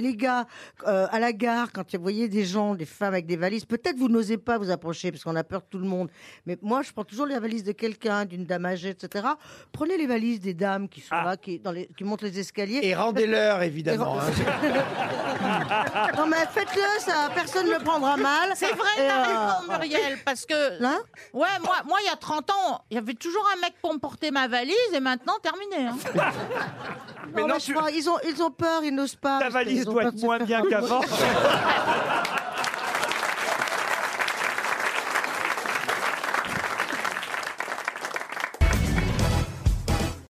les gars euh, à la gare, quand vous voyez des gens, des femmes avec des valises, peut-être vous n'osez pas vous approcher parce qu'on a peur de tout le monde. Mais moi, je prends toujours les valises de quelqu'un, d'une dame âgée, etc. Prenez les valises des dames qui Ah. sont là, qui, dans les- qui montent les escaliers. Et rendez-leur, évidemment. Et- hein. non mais faites-le, ça, personne ne le prendra mal. C'est vrai, Et, t'as euh, raison, Muriel, parce que. Hein ouais, moi, moi, il y a 30 ans, il y avait toujours un mec pour me porter ma valise et maintenant, terminé. hein. non, mais je crois, ils, ont, ils ont peur, ils n'osent pas. Ta parce qu'ils ont valise doit peur de être se moins faire bien remarquer. qu'avant.